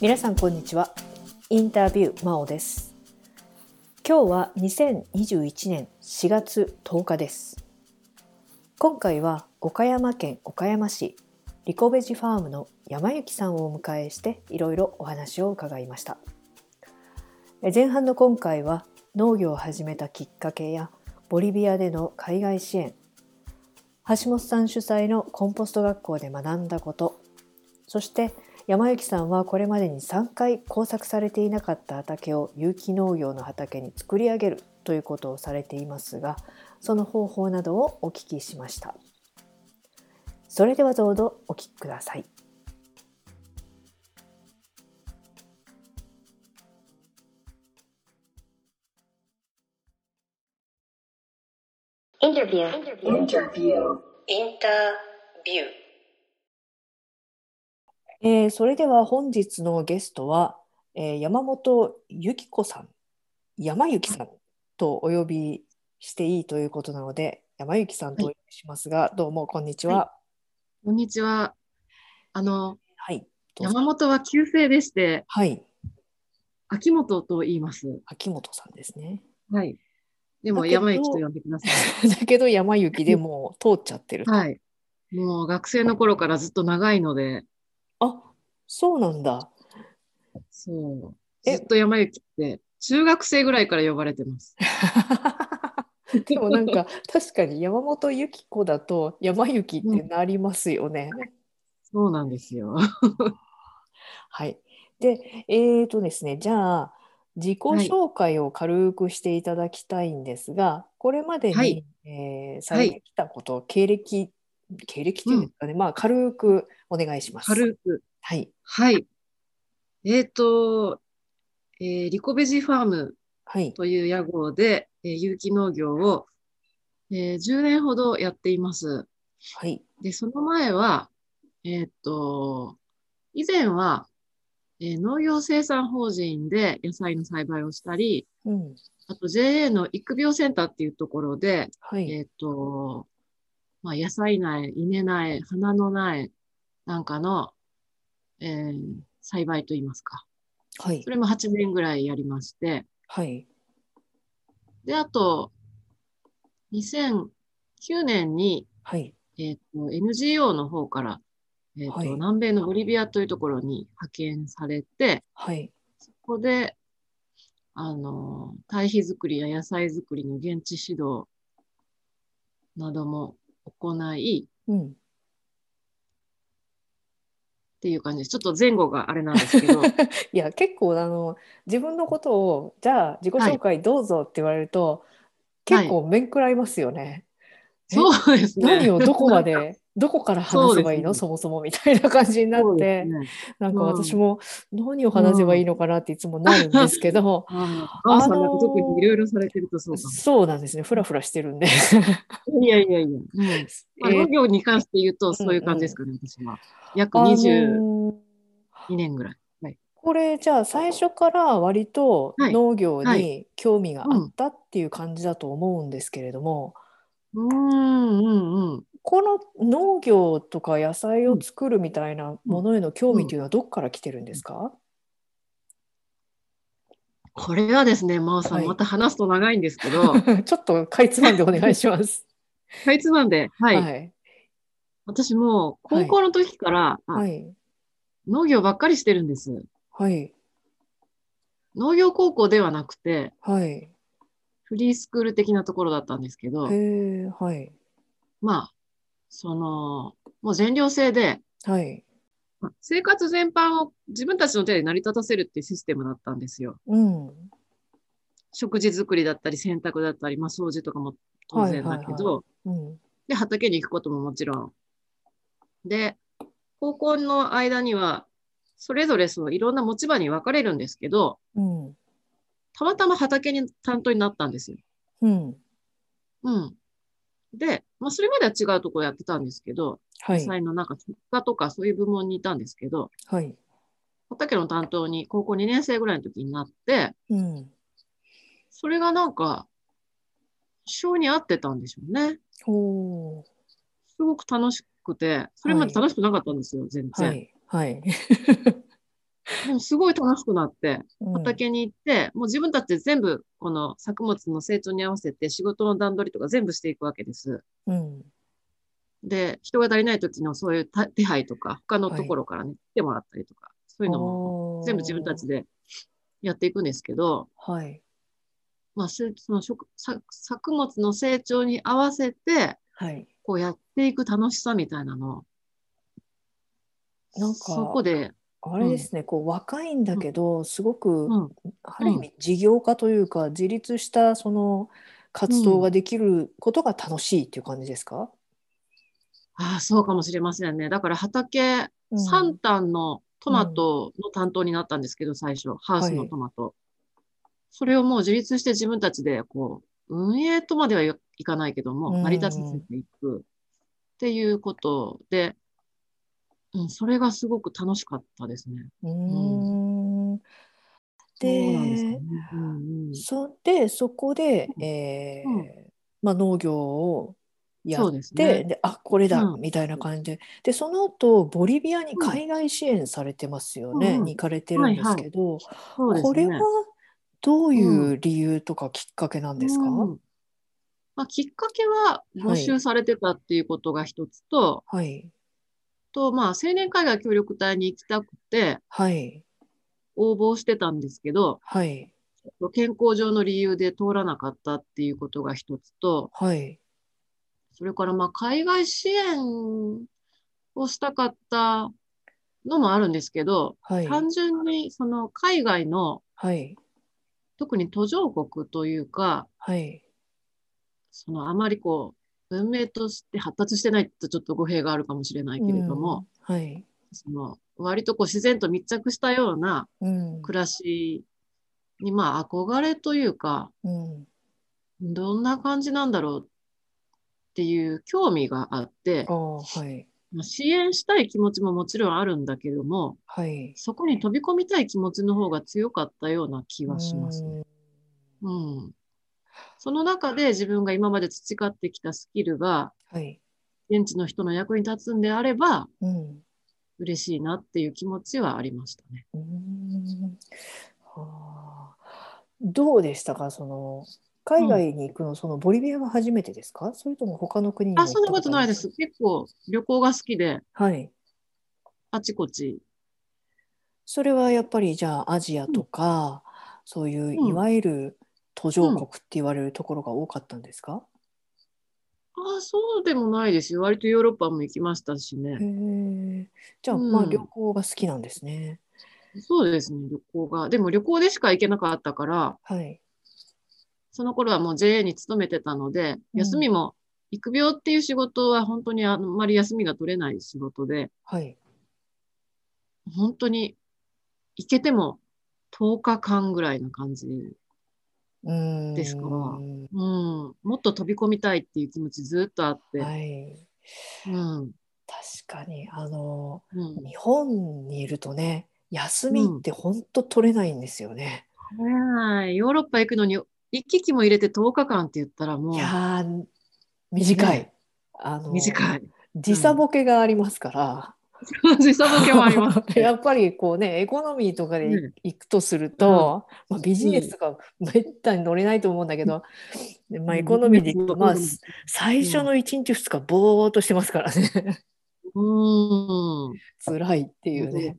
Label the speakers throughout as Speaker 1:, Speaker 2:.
Speaker 1: 皆さんこんにちはインタビューまおです今日は2021年4月10日です今回は岡山県岡山市リコベジファームの山幸さんをお迎えしていろいろお話を伺いましたえ前半の今回は農業を始めたきっかけやボリビアでの海外支援橋本さん主催のコンポスト学校で学んだことそして山幸さんはこれまでに3回耕作されていなかった畑を有機農業の畑に作り上げるということをされていますがその方法などをお聞きしましたそれではどうぞお聞きください
Speaker 2: インタビュー。インタビュー。インタビュー。
Speaker 1: えー、それでは本日のゲストは、えー山本由紀子さん、山由紀さんとお呼びしていいということなので、山由紀さんとお呼びしますが、どうもこんにちは。
Speaker 3: こんにちは。あの、
Speaker 1: はい。どうぞ
Speaker 3: 山本は旧姓でして、
Speaker 1: はい。
Speaker 3: 秋元と言います。
Speaker 1: 秋元さんですね。
Speaker 3: はい。でも、
Speaker 1: だけど
Speaker 3: 山行きと呼んでくださ
Speaker 1: だけど山行きでもう通っちゃってる
Speaker 3: い。。はい。もう学生の頃からずっと長いので、
Speaker 1: あ、そうなん だ。
Speaker 3: そう。
Speaker 1: え
Speaker 3: ずっと山行きって、中学生ぐらいから呼ばれてます。
Speaker 1: でもなんか確かに山本由紀子だと山行きってなりますよね。
Speaker 3: そうなんですよ。
Speaker 1: はい。で、えーとですね、じゃあ、自己紹介を軽くしていただきたいんですが、これまでに、
Speaker 3: はい
Speaker 1: えーされてきたこと、経歴、経歴というんですかね、まあ、軽くお願いします。
Speaker 3: 軽く。
Speaker 1: はい。
Speaker 3: はい。えっ、と、えーリコベジファーム
Speaker 1: はい。
Speaker 3: という屋号で、えー有機農業を、えー10年ほどやっています。
Speaker 1: はい。
Speaker 3: で、その前は、えーっと、以前は、えー農業生産法人で野菜の栽培をしたり、
Speaker 1: うん。
Speaker 3: あと JA の育苗センターっていうところで、
Speaker 1: はい。
Speaker 3: えーっと、まあ、野菜苗、稲苗、花の苗なんかの、えー栽培といいますか。
Speaker 1: はい
Speaker 3: そ。れも8年ぐらいやりまして、
Speaker 1: はい。
Speaker 3: で、あと、2009年に、
Speaker 1: はい。
Speaker 3: えっと NGO の方から、えっと
Speaker 1: はい
Speaker 3: 南米のボリビアというところに派遣されて、
Speaker 1: はい。
Speaker 3: ここで、あの、堆肥作りや野菜作りの現地指導なども行い、
Speaker 1: うん。
Speaker 3: っていう感じです。ちょっと前後があれなんで すけど、
Speaker 1: いや、結構、あの、自分のことを、じゃあ、自己紹介どうぞって言われると、
Speaker 3: はい
Speaker 1: 結構面食らいますよね。
Speaker 3: そうですね。
Speaker 1: 何をどこま
Speaker 3: なんか
Speaker 1: で、どこから
Speaker 3: そ
Speaker 1: 話
Speaker 3: う
Speaker 1: せ
Speaker 3: ですね
Speaker 1: ばいいのそもそもみたいな感じにな
Speaker 3: そう
Speaker 1: っ
Speaker 3: で
Speaker 1: て
Speaker 3: す、ね。
Speaker 1: なんか
Speaker 3: うん
Speaker 1: 私も何を話せばいいのかなっていつもなるんですけど、
Speaker 3: ああ、さんなんか特にいろいろされてるとそうかも。
Speaker 1: そうなんですね、フラフラしてるんで。
Speaker 3: いやいやいや。うんまあ、
Speaker 1: え
Speaker 3: 農
Speaker 1: ー
Speaker 3: 業に関して言うと、そういう感じですかね、私は。約
Speaker 1: あの
Speaker 3: 22
Speaker 1: ー
Speaker 3: 年ぐらい。
Speaker 1: これじゃあ最初から割と
Speaker 3: はい
Speaker 1: 農業
Speaker 3: は
Speaker 1: に興味があったっていう感じだと思うんですけれども、
Speaker 3: うーんうんうん。
Speaker 1: この農業とか野菜を作るみたいなものへの興味っていうのはどっから来てるんですか、
Speaker 3: これはですね、真央さ
Speaker 1: は
Speaker 3: ん、
Speaker 1: い
Speaker 3: また話すと長いんです けど、
Speaker 1: ちょっとかいつまんでお願いします。
Speaker 3: かいつまんで、はい。
Speaker 1: はい。
Speaker 3: 私もう高校の時から、
Speaker 1: は
Speaker 3: あ
Speaker 1: い。
Speaker 3: 農業ばっかりしてるんです。
Speaker 1: はい。
Speaker 3: 農業高校ではなくて、
Speaker 1: はい。
Speaker 3: フリースクール的なところだったんですけど
Speaker 1: へ、え、はい。
Speaker 3: まあ、その、もう全寮制で、
Speaker 1: はい。
Speaker 3: まあ生活全般を自分たちの手で成り立たせるっていうシステムだったんですよ。
Speaker 1: うん。
Speaker 3: 食事作りだったり、洗濯だったり、まあ、掃除とかも当然だけど、
Speaker 1: はいはいはうん。
Speaker 3: で、畑に行くことももちろん。で、高校の間には、それぞれそういろんな持ち場に分かれるんですけど、
Speaker 1: うん。
Speaker 3: たまたま畑に担当になったんですよ。
Speaker 1: うん。
Speaker 3: うん。で、まあ、それまでは違うところやってたんですけど、
Speaker 1: は
Speaker 3: 野
Speaker 1: い。
Speaker 3: 菜のなんか出荷とかそういう部門にいたんですけど、
Speaker 1: はい。
Speaker 3: 畑の担当に高校2年生ぐらいの時になって、
Speaker 1: うん。
Speaker 3: それがなんか、性に合ってたんでしょうね。
Speaker 1: おー
Speaker 3: すごく楽しくて、それまで楽しくなかったんですよ、全然。
Speaker 1: はい。はい。
Speaker 3: でもすごい楽しくなって、
Speaker 1: うん
Speaker 3: 畑に行って、もう自分たちで全部、この作物の成長に合わせて仕事の段取りとか全部していくわけです。
Speaker 1: うん
Speaker 3: で、人が足りない時のそういうた手配とか、他のところからね、来てもらったりとか、そういうのも全部自分たち
Speaker 1: で。
Speaker 3: でやっていくんですけど、
Speaker 1: はい。
Speaker 3: まあ、せその食作作物の成長に合わせて、
Speaker 1: はい。
Speaker 3: こうやっていく楽しさみたいなの
Speaker 1: なんか
Speaker 3: そこで、
Speaker 1: あれですね、こう若いんだけど、すごく、
Speaker 3: うん、
Speaker 1: ある意味事業家というか、自立したその活動ができることが楽しいっていう感じですか、
Speaker 3: ああ、そうかもしれませんね。だから畑、
Speaker 1: うん
Speaker 3: 3単のトマトの担当になったんですけど、最初、ハウスのトマト。それをもう自立して自分たちで、こう、運営とまではいいかないけど
Speaker 1: う
Speaker 3: も、
Speaker 1: ん
Speaker 3: 成り立たせていくっていうことで、うん、それがすごく楽しかったですね。
Speaker 1: うーん
Speaker 3: そうなんですよ
Speaker 1: で
Speaker 3: ね。うんうん
Speaker 1: そでそこで、
Speaker 3: うん
Speaker 1: えー
Speaker 3: うん
Speaker 1: まあ、農業をや
Speaker 3: そう
Speaker 1: っ
Speaker 3: です
Speaker 1: てで、
Speaker 3: ね。
Speaker 1: あこれだ、
Speaker 3: うん
Speaker 1: みたいな感じででその後ボリビアに海外支援されてますよね、
Speaker 3: うんうん
Speaker 1: に行かれてるんですけど、
Speaker 3: そうですね。
Speaker 1: これはどういう理由とかきっかけなんですか、
Speaker 3: うんまあ、きっかけは募集されてたっていうことが一つと、
Speaker 1: はい
Speaker 3: と、まあ、青年海外協力隊に行きたくて
Speaker 1: はい
Speaker 3: 応募してたんですけど、
Speaker 1: はい
Speaker 3: 健康上の理由で通らなかったっていうことが一つと、
Speaker 1: はい
Speaker 3: それからまあ、海外支援をしたかったのもあるんですけど、
Speaker 1: はい
Speaker 3: 単純にその海外の、
Speaker 1: はい
Speaker 3: 特に途上国というか、
Speaker 1: はい
Speaker 3: そのあまりこう、文明として発達してないとちょっと語弊があるかもしれないけれども、
Speaker 1: うんはい
Speaker 3: その割とこう自然と密着したような
Speaker 1: うん
Speaker 3: 暮らしにまあ憧れというか
Speaker 1: うん
Speaker 3: どんな感じなんだろうっていう興味があって
Speaker 1: ああはい
Speaker 3: まあ支援したい気持ちももちろんあるんだけども
Speaker 1: はい
Speaker 3: そこに飛び込みたい気持ちの方が強かったような気はしますね。うんその中で自分が今まで培ってきたスキルが
Speaker 1: うんはい
Speaker 3: 現地の人の役に立つんであれば
Speaker 1: うん
Speaker 3: 嬉しいなっていう気持ちはありましたね。
Speaker 1: うーんあーどうでしたかその海外に行くの、そのボリビアは初めてですかそれとも他の国にも
Speaker 3: あ、そんなことないです。結構旅行が好きで
Speaker 1: はい
Speaker 3: あちこち
Speaker 1: それはやっぱりじゃあアジアとか、そういう
Speaker 3: うん
Speaker 1: いわゆる途上国って言われるところが多かったんですか、
Speaker 3: ああ、そうでもないですよ。割とヨーロッパも行きましたしね。
Speaker 1: へえじゃあ、まあ
Speaker 3: うん
Speaker 1: 旅行が好きなんですね
Speaker 3: そうですね、旅行が。でも旅行でしか行けなかったから、
Speaker 1: はい
Speaker 3: その頃はもう JA に勤めてたので、
Speaker 1: うん
Speaker 3: 休みも、育苗っていう仕事は本当にあんまり休みが取れない仕事で、
Speaker 1: はい
Speaker 3: 本当に行けても10日間ぐらいな感じ。
Speaker 1: うーん
Speaker 3: ですからうん、もっと飛び込みたいっていう気持ちずっとあって、
Speaker 1: はい
Speaker 3: うん、
Speaker 1: 確かにあの
Speaker 3: うん。
Speaker 1: 日本にいるとね休みって本当取れないんですよね。
Speaker 3: はい、ヨーロッパ行くのに、行き来も入れて10日間って言ったらも
Speaker 1: いうやー短い、
Speaker 3: ね
Speaker 1: あの
Speaker 3: 短い。
Speaker 1: 時差ボケがありますから、
Speaker 3: 時差ボケもあります、
Speaker 1: やっぱりこうねエコノミーとかで
Speaker 3: うん
Speaker 1: 行くとすると、まあ、ビジネスとかめったに乗れないと思うんだけど、でまあ、エコノミーで行くと、まあ、す最初の1日2日ぼーっとしてますからね
Speaker 3: うん。っ
Speaker 1: 辛いって
Speaker 3: て
Speaker 1: いうね。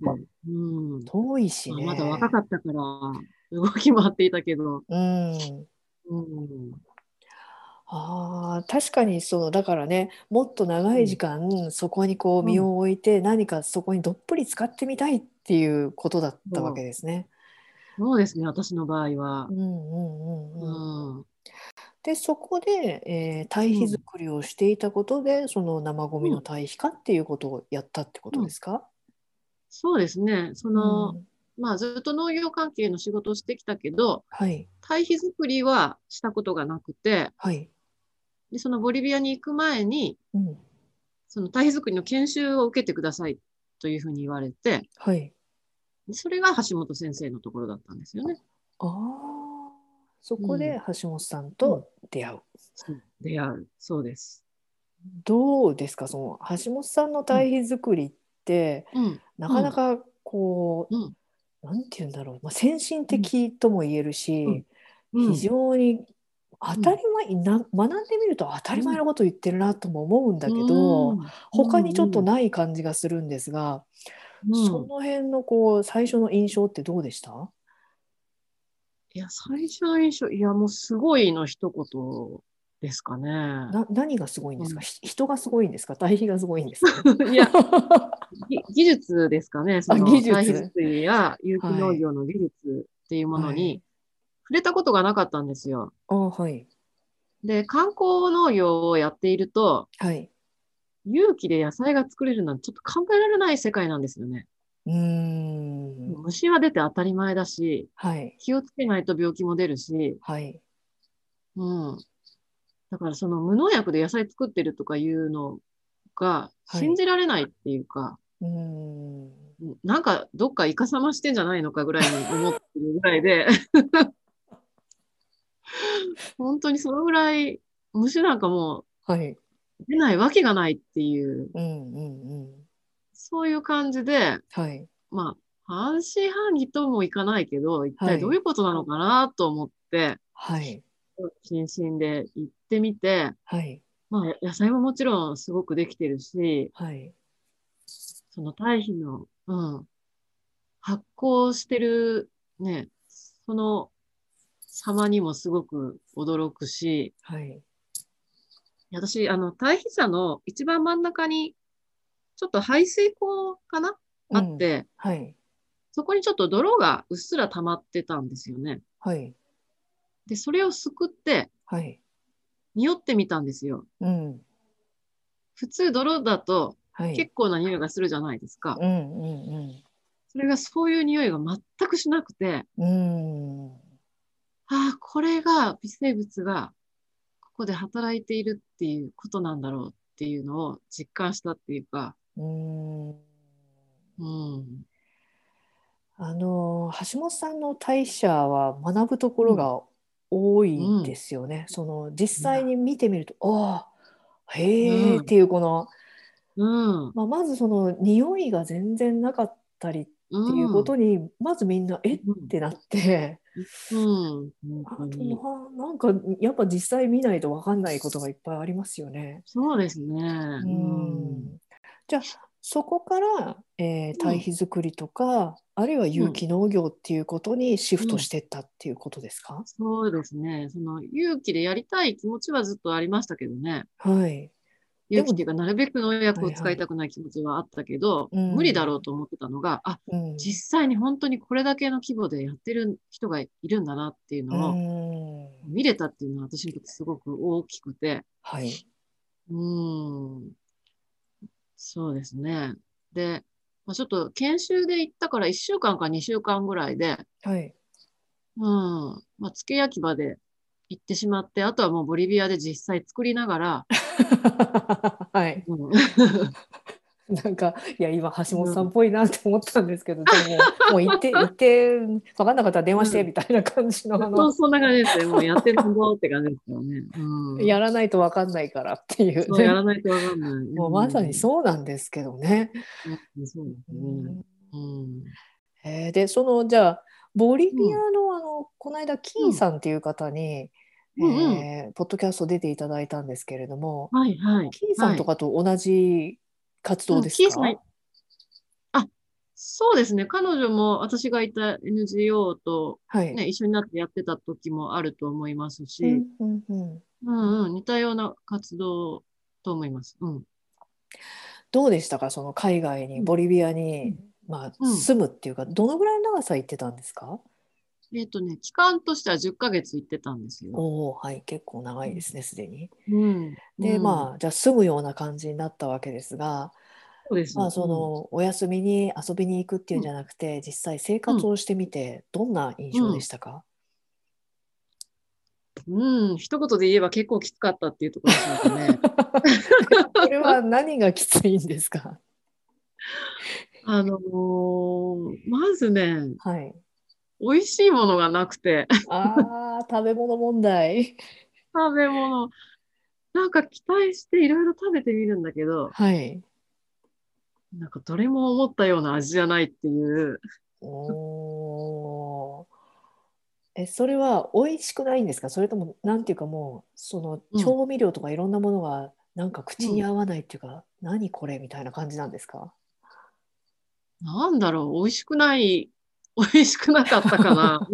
Speaker 3: うん。
Speaker 1: 遠いしね。
Speaker 3: まあまだ若かったから、動き回っていたけど。
Speaker 1: うん
Speaker 3: うん。
Speaker 1: ああ確かにそのだからねもっと長い時間、そこにこう
Speaker 3: うん
Speaker 1: 身を置いて、何かそこにどっぷり使ってみたいっていうことだったわけですね。
Speaker 3: そうですね、私の場合は
Speaker 1: う。んうん
Speaker 3: う
Speaker 1: うんうん、
Speaker 3: ん。
Speaker 1: でそこで、えー、堆肥作りをしていたことで、その生ゴミの堆肥化っていうことをやったってことですか、
Speaker 3: そうですね、そ
Speaker 1: うん
Speaker 3: の、まあずっと農業関係の仕事をしてきたけど、
Speaker 1: はい
Speaker 3: 堆肥作りはしたことがなくて、
Speaker 1: はい、
Speaker 3: でそのボリビアに行く前に、
Speaker 1: うん、
Speaker 3: その堆肥作りの研修を受けてくださいというふうに言われて、
Speaker 1: はい
Speaker 3: それが橋本先生のところだったんですよね。
Speaker 1: ああそこで橋本さんと出会う。
Speaker 3: そう出会う。そうです。
Speaker 1: どうですかその橋本さんの堆肥作りって、
Speaker 3: うん。
Speaker 1: なかなかこう、
Speaker 3: うん
Speaker 1: なんて言うんだろう、まあ、先進的とも言えるし、
Speaker 3: うん
Speaker 1: 非常に当たり前、な学んでみると当たり前のこと言ってるなとも思うんだけど、
Speaker 3: うん
Speaker 1: 他にちょっとない感じがするんですが、
Speaker 3: うん
Speaker 1: その辺のこう最初の印象ってどうでした
Speaker 3: いや、最初の印象、いや、もうすごいの一言ですかね。
Speaker 1: な何がすごいんですか、
Speaker 3: うん
Speaker 1: ひ人がすごいんですか対比がすごいんです か
Speaker 3: いや、ぎ技術ですかね。その
Speaker 1: あ技術
Speaker 3: 堆肥水や有機農業の技術っていうもの
Speaker 1: は
Speaker 3: に
Speaker 1: い
Speaker 3: 触れたことがなかったんですよ。
Speaker 1: あはい
Speaker 3: で、観光農業をやっていると、
Speaker 1: はい
Speaker 3: 有機で野菜が作れるなんてちょっと考えられない世界なんですよね。
Speaker 1: うーん
Speaker 3: 虫は出て当たり前だし、
Speaker 1: はい
Speaker 3: 気をつけないと病気も出るし、
Speaker 1: はい
Speaker 3: うん。だからその無農薬で野菜作ってるとかいうのが
Speaker 1: はい
Speaker 3: 信じられないっていうか、
Speaker 1: うーん
Speaker 3: うんなんかどっかいかさましてんじゃないのかぐらいに思ってるぐらい で、本当にそのぐらい虫なんかも
Speaker 1: はい、
Speaker 3: う出ないわけがないっていう、
Speaker 1: うんうんうん、
Speaker 3: そういう感じで、
Speaker 1: はい、
Speaker 3: まあ、半信半疑ともいかないけど、一
Speaker 1: は
Speaker 3: 体
Speaker 1: い
Speaker 3: どういうことなのかなと思って、
Speaker 1: はい、
Speaker 3: 心身で行ってみて、
Speaker 1: はい、
Speaker 3: まあ、野菜ももちろんすごくできてるし、
Speaker 1: はい、
Speaker 3: その堆肥の、うん、発酵してる、ね、その様にもすごく驚くし、
Speaker 1: はい、
Speaker 3: 私、あの、堆肥車の一番真ん中に、ちょっと排水口かな、あっ
Speaker 1: うん、
Speaker 3: て、
Speaker 1: はい、
Speaker 3: そこにちょっと泥がうっすら溜まってたんですよね。
Speaker 1: はい、
Speaker 3: で、それをすくって、
Speaker 1: はい、
Speaker 3: 匂ってみたんですよ。
Speaker 1: うん、
Speaker 3: 普通泥だと
Speaker 1: はい
Speaker 3: 結、構な匂いがするじゃないですか。
Speaker 1: うん、うん、
Speaker 3: それがそういう匂いが全くしなくて、
Speaker 1: うん、うーん、
Speaker 3: ああ、これが微生物がここで働いているっていうことなんだろうっていうのを実感したっていうか、
Speaker 1: うーん。
Speaker 3: うん。
Speaker 1: あの橋本さんの代謝は学ぶところが多いですよね。その実際に見てみると、ああ、へえ
Speaker 3: うん
Speaker 1: っていうこの、
Speaker 3: うん。っ
Speaker 1: まあ、まずその匂いが全然なかったりっていうことに、まずみんなえっ
Speaker 3: うん
Speaker 1: てなって、
Speaker 3: うん。うん
Speaker 1: あ
Speaker 3: 本
Speaker 1: と
Speaker 3: 当に
Speaker 1: ななんかやっぱ実際見ないとわかんないことがいっぱいありますよね。
Speaker 3: そうですね。
Speaker 1: う
Speaker 3: うん。
Speaker 1: んじゃあそこから、えー、堆肥作りとか、あるいは有機農業っていうことにシフトしてったっていうことですか、
Speaker 3: そうですね。その勇気でやりたい気持ちはずっとありましたけどね。
Speaker 1: はい。でも
Speaker 3: 勇気っていうか、なるべく農薬を使いたくない気持ちはあったけど、
Speaker 1: うん
Speaker 3: 無理だろうと思ってたのが、あ、
Speaker 1: うん
Speaker 3: 実際に本当にこれだけの規模でやってる人がいるんだなっていう
Speaker 1: う
Speaker 3: のを
Speaker 1: ん
Speaker 3: 見れたっていうのは私にとってすごく大きくて、
Speaker 1: はい。
Speaker 3: うーん、そうですね。で、まあ、ちょっと研修で行ったから1週間か2週間ぐらいで、
Speaker 1: はい。
Speaker 3: うん、まあ、付け焼き場で行ってしまって、あとはもうボリビアで実際作りながら、
Speaker 1: はい。
Speaker 3: うん
Speaker 1: なんか、いや、今、橋本さんっぽいなって思ったんですけど、でも もう、もう行って、行って、分かんなかったら電話して、
Speaker 3: うん
Speaker 1: みたいな感じの、あ
Speaker 3: そう
Speaker 1: の、
Speaker 3: そんな感じですね。もうやってるんだって感じですよね。うん、
Speaker 1: やらないと分かんないからっていう
Speaker 3: そうや
Speaker 1: ね。
Speaker 3: らないとわかんない。
Speaker 1: もうまさに
Speaker 3: う
Speaker 1: そうなんですけどね。
Speaker 3: ん。そうですね。うん。
Speaker 1: えーで、その、じゃあ、ボリビアの、あの、この間、キーさんっていう方に、
Speaker 3: うんうん
Speaker 1: えーポッドキャスト出ていただいたんですけれども、
Speaker 3: はいはい。
Speaker 1: キーさんとかと同じ活動ですか、
Speaker 3: うんキーさんそうですね。彼女も私がいた NGO と、
Speaker 1: はい。
Speaker 3: ね、一緒になってやってた時もあると思いますし、
Speaker 1: う
Speaker 3: うん
Speaker 1: んうんうん、
Speaker 3: うん、似たような活動と思います。うん。
Speaker 1: どうでしたかその海外に
Speaker 3: うん
Speaker 1: ボリビアに、まあ、
Speaker 3: うん
Speaker 1: 住むっていうかどのぐらいの長さ行ってたんですか、
Speaker 3: えっ、とね、期間としては10ヶ月行ってたんですよ。
Speaker 1: おおはい結構長いですねすでに。
Speaker 3: うん。
Speaker 1: で、
Speaker 3: あ、
Speaker 1: まあじゃあ住むような感じになったわけですが、
Speaker 3: そうです。
Speaker 1: まあ、そのお休みに遊びに行くっていうんじゃなくて、実際生活をしてみてどんな印象でしたか、
Speaker 3: うん、うん、一言で言えば結構きつかったっていうところですよね。
Speaker 1: これは何がきついんですか
Speaker 3: あのーまずね、
Speaker 1: はい。
Speaker 3: 美味しいものがなくて、
Speaker 1: あー食べ物問題。
Speaker 3: 食べ物、なんか期待していろいろ食べてみるんだけど、
Speaker 1: はい。
Speaker 3: なんかどれも思ったような味じゃないっていう、
Speaker 1: おーえそれは美味しくないんですかそれともなんていうかもうその
Speaker 3: うん
Speaker 1: 調味料とかいろんなものがなんか口に合わないっていうか、何これみたいな感じなんですか
Speaker 3: なんだろう、美味しくない、美味しくなかったか な。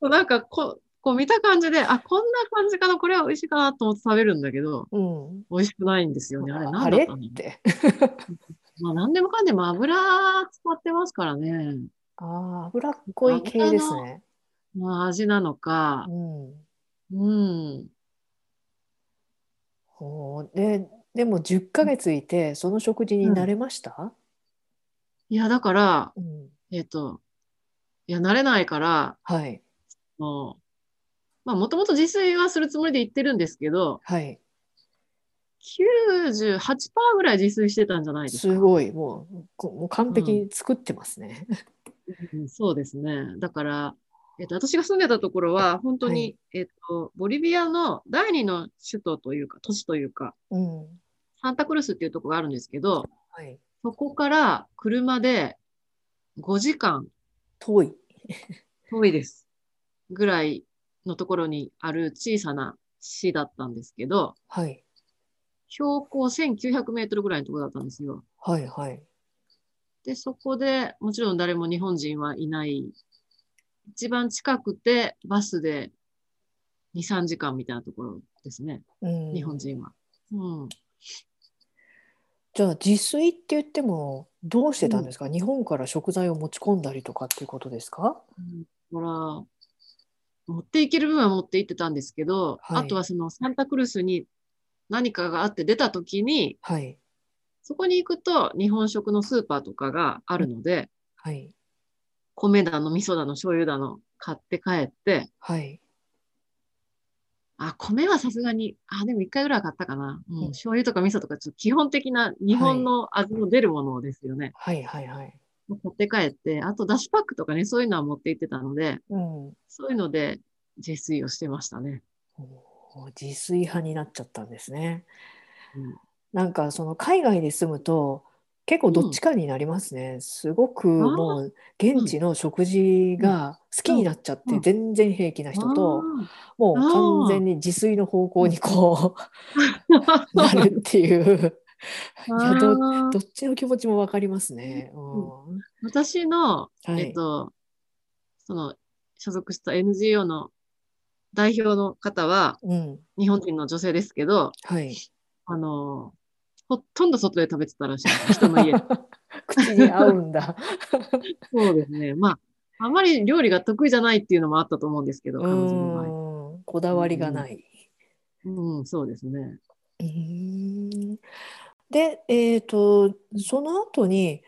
Speaker 3: なんかこ、こう見た感じで、あ、こんな感じかな、これは美味しいかなと思って食べるんだけど、
Speaker 1: うん、
Speaker 3: 美味しくないんですよね。あれ、
Speaker 1: あ
Speaker 3: なんだっ
Speaker 1: れ
Speaker 3: たの
Speaker 1: って
Speaker 3: まあ、何でもかんでも油使ってますからね。
Speaker 1: ああ脂っこい系ですね。
Speaker 3: まあ、味なのか
Speaker 1: う。ん、
Speaker 3: うん。
Speaker 1: ほうででも10ヶ月いてその食事に慣れました、
Speaker 3: いや、だから、
Speaker 1: うん
Speaker 3: えっ、と、いや、慣れないから、
Speaker 1: はい
Speaker 3: もう、まあ、もともと自炊はするつもりで行ってるんですけど、
Speaker 1: はい
Speaker 3: 98%ぐらい自炊してたんじゃないです
Speaker 1: す
Speaker 3: か。
Speaker 1: ごいもうこもう完璧に作ってますね。
Speaker 3: うんそうですね。だから、えっと、私が住んでたところは、本当に、
Speaker 1: はい
Speaker 3: えっと、ボリビアの第二の首都というか、都市というか、
Speaker 1: うん、
Speaker 3: サンタクルスっていうところがあるんですけど、
Speaker 1: はい
Speaker 3: そこから車で5時間
Speaker 1: 遠い。
Speaker 3: 遠いです。ぐらいのところにある小さな市だったんですけど、
Speaker 1: はい
Speaker 3: 標高1900メートルぐらいのところだったんですよ。
Speaker 1: はいはい。
Speaker 3: で、そこでもちろん誰も日本人はいない。一番近くてバスで2、3時間みたいなところですね。
Speaker 1: うん、
Speaker 3: 日本人は。うん。
Speaker 1: じゃあ自炊って言ってもどうしてたんですか、日本から食材を持ち込んだりとかっていうことですか
Speaker 3: ほら、持っていける分は持って行ってたんですけど、
Speaker 1: はい
Speaker 3: あとはそのサンタクルスに何かがあって出た時に、
Speaker 1: はい
Speaker 3: そこに行くと日本食のスーパーとかがあるので、
Speaker 1: はい
Speaker 3: 米だの味噌だの醤油だの買って帰って、
Speaker 1: はい
Speaker 3: あ、米はさすがに、あ、でも一回ぐらいは買ったかな。うん
Speaker 1: うん、
Speaker 3: 醤油とか味噌とか、ちょっと基本的な日本の味の出るものですよね。
Speaker 1: はいはいはい。
Speaker 3: 持って帰って、あとだしパックとかね、そういうのは持って行ってたので、
Speaker 1: うん、
Speaker 3: そういうので自炊をしてましたね。
Speaker 1: お自炊派になっちゃったんですね。
Speaker 3: うん
Speaker 1: なんかその海外に住むと結構どっちかになりますね。すごく
Speaker 3: あー
Speaker 1: もう現地の食事が好きになっちゃっ
Speaker 3: うんう
Speaker 1: て
Speaker 3: ん
Speaker 1: 全然平気な人と
Speaker 3: あ
Speaker 1: もう完
Speaker 3: あー
Speaker 1: 全に自炊の方向にこう な
Speaker 3: ー
Speaker 1: るって いう。いやど
Speaker 3: あー
Speaker 1: どっちの気持ちもわかりますね。うん
Speaker 3: 私の、
Speaker 1: はい
Speaker 3: えっと、その、所属した NGO の代表の方は、
Speaker 1: うん、
Speaker 3: 日本人の女性ですけど、
Speaker 1: はい。
Speaker 3: あの、ほとんど外で食べてたらしいです。人の 家で
Speaker 1: 口に合うんだ。
Speaker 3: そうですね。まあ、あまり料理が得意じゃないっていうのもあったと思うんですけど、
Speaker 1: う
Speaker 3: 彼女の場合。
Speaker 1: ん、こだわりがない。
Speaker 3: うん、そうですね。
Speaker 1: うんで、えっと、その後に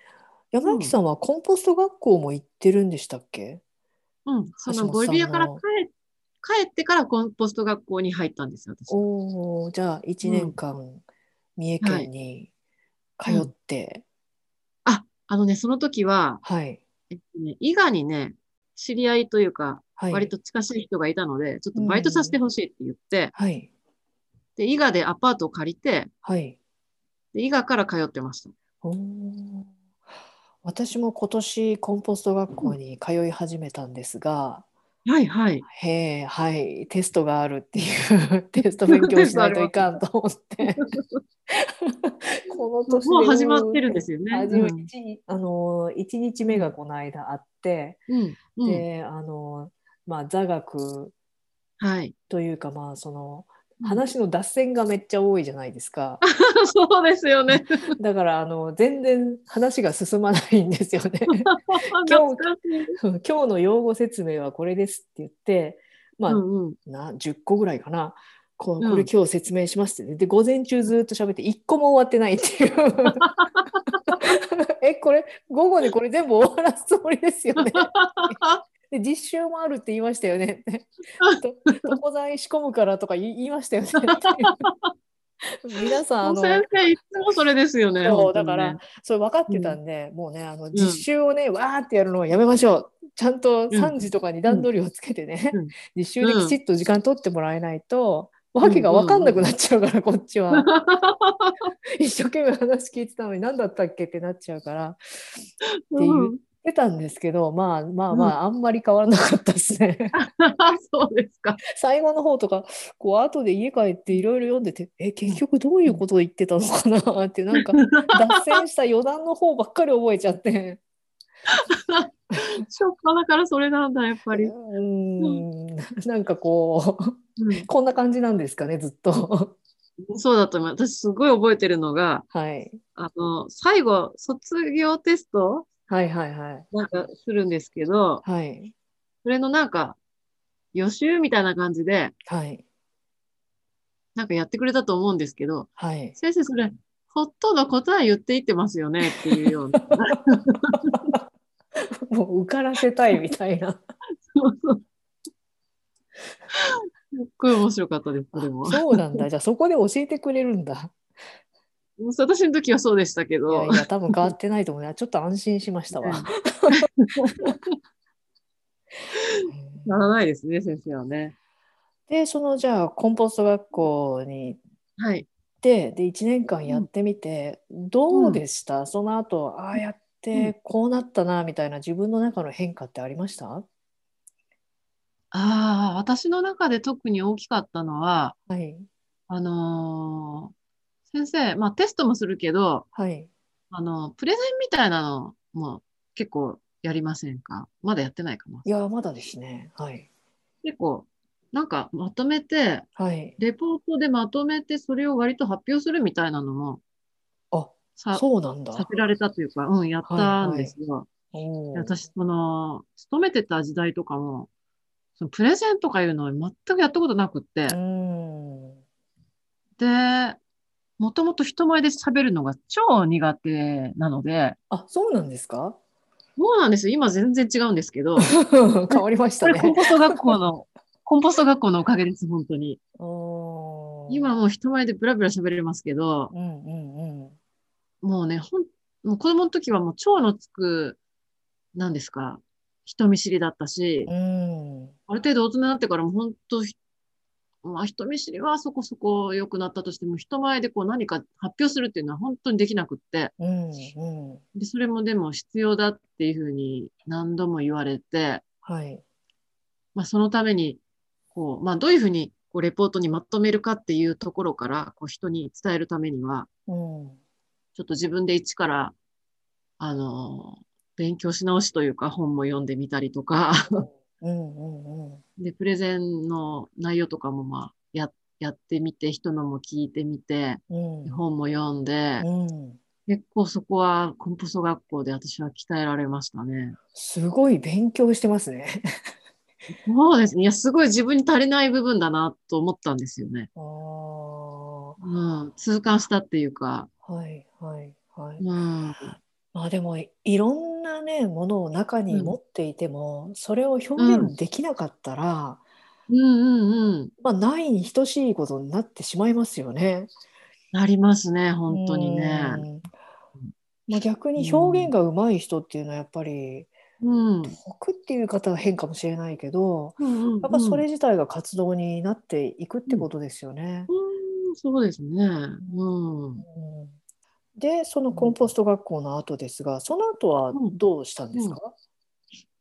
Speaker 1: 山崎さんはコンポスト学校も行ってるんでしたっけ？
Speaker 3: うん、
Speaker 1: 橋本さ
Speaker 3: そ
Speaker 1: ん
Speaker 3: の
Speaker 1: の
Speaker 3: ボリビアから帰帰ってからコンポスト学校に入ったんですよ、私。
Speaker 1: おお、じゃあ一年間三重県に通って、
Speaker 3: あ、あのね、その時は、
Speaker 1: はい、
Speaker 3: えっとね、伊賀にね、知り合いというか、
Speaker 1: はい、
Speaker 3: 割と近しい人がいたので、ちょっとバイトさせてほしいって言って、
Speaker 1: はい、
Speaker 3: で、伊賀でアパートを借りて、
Speaker 1: はい。
Speaker 3: で、伊賀から通ってました。
Speaker 1: おー私も今年コンポスト学校に通い始めたんですが、
Speaker 3: はいはい。
Speaker 1: へえ、はい、テストがあるっていうテスト勉強しないといかんと思って。 この年
Speaker 3: もう始まってるんですよね。
Speaker 1: あ
Speaker 3: う
Speaker 1: でも
Speaker 3: ん。
Speaker 1: 一日あの1日目がこの間あって、
Speaker 3: うん。うん
Speaker 1: であの、まあ、座学
Speaker 3: はい。
Speaker 1: というか、まあ、その
Speaker 3: うん
Speaker 1: 話の脱線がめっちゃ多いじゃないですか
Speaker 3: そうです よね。
Speaker 1: だからあの全然話が進まないんですよね。
Speaker 3: 懐かしい。
Speaker 1: 今日の用語説明はこれですって言って、まあ
Speaker 3: うんうん。
Speaker 1: な10個ぐらいかなこ
Speaker 3: うん
Speaker 1: これ今日説明しますって、で午前中ずっと喋って1個も終わってないっていう えこれ午後でこれ全部終わらすつもりですよ ねで実習もあるって言いましたよねってと床材仕込むからとか言い言いましたよねっていう皆さんあの
Speaker 3: 先生、いつもそれですよね。
Speaker 1: そう
Speaker 3: 本当
Speaker 1: だ
Speaker 3: にね
Speaker 1: から、それ分かってたんで、もうねあの実習をね、わーってやるのはやめましょうちゃんと
Speaker 3: ん
Speaker 1: 3時とかに段取りをつけてね、
Speaker 3: うん
Speaker 1: 実習できちっと時間取ってもらえないと、わけが分かんなくなっちゃうから、こっちは。一生懸命話聞いてたのに何だったっけってなっちゃうからって
Speaker 3: う
Speaker 1: 言っ
Speaker 3: ん
Speaker 1: てたんですけど、まあまあまああんまり変わらなかったですね。
Speaker 3: そうですか。
Speaker 1: 最後の方とかこう後で家帰っていろいろ読んでてえ結局どういうことを言ってたのかなってなんか脱線した余談の方ばっかり覚えちゃって
Speaker 3: しょっぱだからそれなんだ、やっぱ
Speaker 1: う
Speaker 3: り。
Speaker 1: ーんなんかこう
Speaker 3: う
Speaker 1: こんな感じなんですかねずっ と
Speaker 3: ん、そうだと思う。私すごい覚えてるのが、
Speaker 1: はい
Speaker 3: あの、最後、卒業テスト
Speaker 1: はいはいはい
Speaker 3: なんかするんですけど、
Speaker 1: はい
Speaker 3: それのなんか、予習みたいな感じで、
Speaker 1: はい
Speaker 3: なんかやってくれたと思うんですけど、
Speaker 1: はい
Speaker 3: 先生、それ、ほとんど答え言っていってますよねっていうよ うな。
Speaker 1: もう受からせたいみたいな
Speaker 3: そうそうすっごい面白かったです、それも。
Speaker 1: そうなんだじゃあそこで教えてくれるんだ
Speaker 3: 私の時はそうでした
Speaker 1: い
Speaker 3: け
Speaker 1: や
Speaker 3: ど
Speaker 1: い、や多分変わってないと思う なちょっと安心しま したわ
Speaker 3: ならないですね、先生はね。
Speaker 1: でそのじゃあコンポスト学校に行っ
Speaker 3: はい。
Speaker 1: てで1年間やってみて、どうでした、その後ああやってこうなったなみたいな自分の中の変化ってありました、
Speaker 3: ああ、私の中で特に大きかったのは、
Speaker 1: はい
Speaker 3: あのー先生、まあテストもするけど、
Speaker 1: はい。
Speaker 3: あの、プレゼンみたいなのも結構やりませんかまだやってないかない
Speaker 1: やまだですねはい
Speaker 3: 結構、なんかまとめて、
Speaker 1: はい
Speaker 3: レポートでまとめて、それを割と発表するみたいなのも、
Speaker 1: あ
Speaker 3: さ、
Speaker 1: そうなんだ
Speaker 3: させられたというか、うん、やったんですよ。
Speaker 1: うん
Speaker 3: 私、その、勤めてた時代とかも、そのプレゼンとかいうのは全くやったことなくって
Speaker 1: う、ん
Speaker 3: で、もともと人前で喋るのが超苦手なので、
Speaker 1: あそうなんです か
Speaker 3: そうなんですよ。今全然違うんですけ ど、
Speaker 1: 変わりまし
Speaker 3: こ
Speaker 1: た
Speaker 3: れコン
Speaker 1: ね
Speaker 3: ポスト学校 の、コンポスト学校のおかげです、本当に。
Speaker 1: うん
Speaker 3: 今もう人前でブラブラ喋れますけど、
Speaker 1: うんうんうん
Speaker 3: もうね、ほん、もう子供の時はもう超のつく、なんですか、人見知りだったし、
Speaker 1: うん
Speaker 3: ある程度大人になってからも本当、ひまあ、人見知りはそこそこ良くなったとしても、人前でこう何か発表するっていうのは本当にできなくって、
Speaker 1: うんうん
Speaker 3: で、それもでも必要だっていうふうに何度も言われて、
Speaker 1: はい
Speaker 3: まあ、そのために、こう、まあ、どういうふうに、こう、レポートにまとめるかっていうところから、こう、人に伝えるためには、
Speaker 1: うん
Speaker 3: ちょっと自分で一から、あの、勉強し直しというか、本も読んでみたりとか、
Speaker 1: うんうんうん
Speaker 3: で、プレゼンの内容とかも、まあ、や、やってみて、人のも聞いてみて、
Speaker 1: うん
Speaker 3: 本も読んで、
Speaker 1: うん、
Speaker 3: 結構そこは、コンポスト学校で私は鍛えられましたね。
Speaker 1: すごい勉強してますね。
Speaker 3: そうですね。いや、すごい自分に足りない部分だなと思ったんですよね。
Speaker 1: ああ、は
Speaker 3: うん。痛感したっていうか、
Speaker 1: いはいはい。
Speaker 3: うん。
Speaker 1: まあでもいろんなねものを中に持っていても、それを表現できなかったら、
Speaker 3: うんうんうん。
Speaker 1: まあないに等しいことになってしまいますよね。
Speaker 3: なりますね、本当にね。
Speaker 1: うん。まあ逆に表現が上手い人っていうのはやっぱり
Speaker 3: うん。
Speaker 1: 得っていう方は変かもしれないけど、
Speaker 3: うんうん
Speaker 1: やっぱそれ自体が活動になっていくってことですよね。
Speaker 3: うん、そうですね。うん。
Speaker 1: うんでそのコンポスト学校の後ですが、その後はどうしたんですか、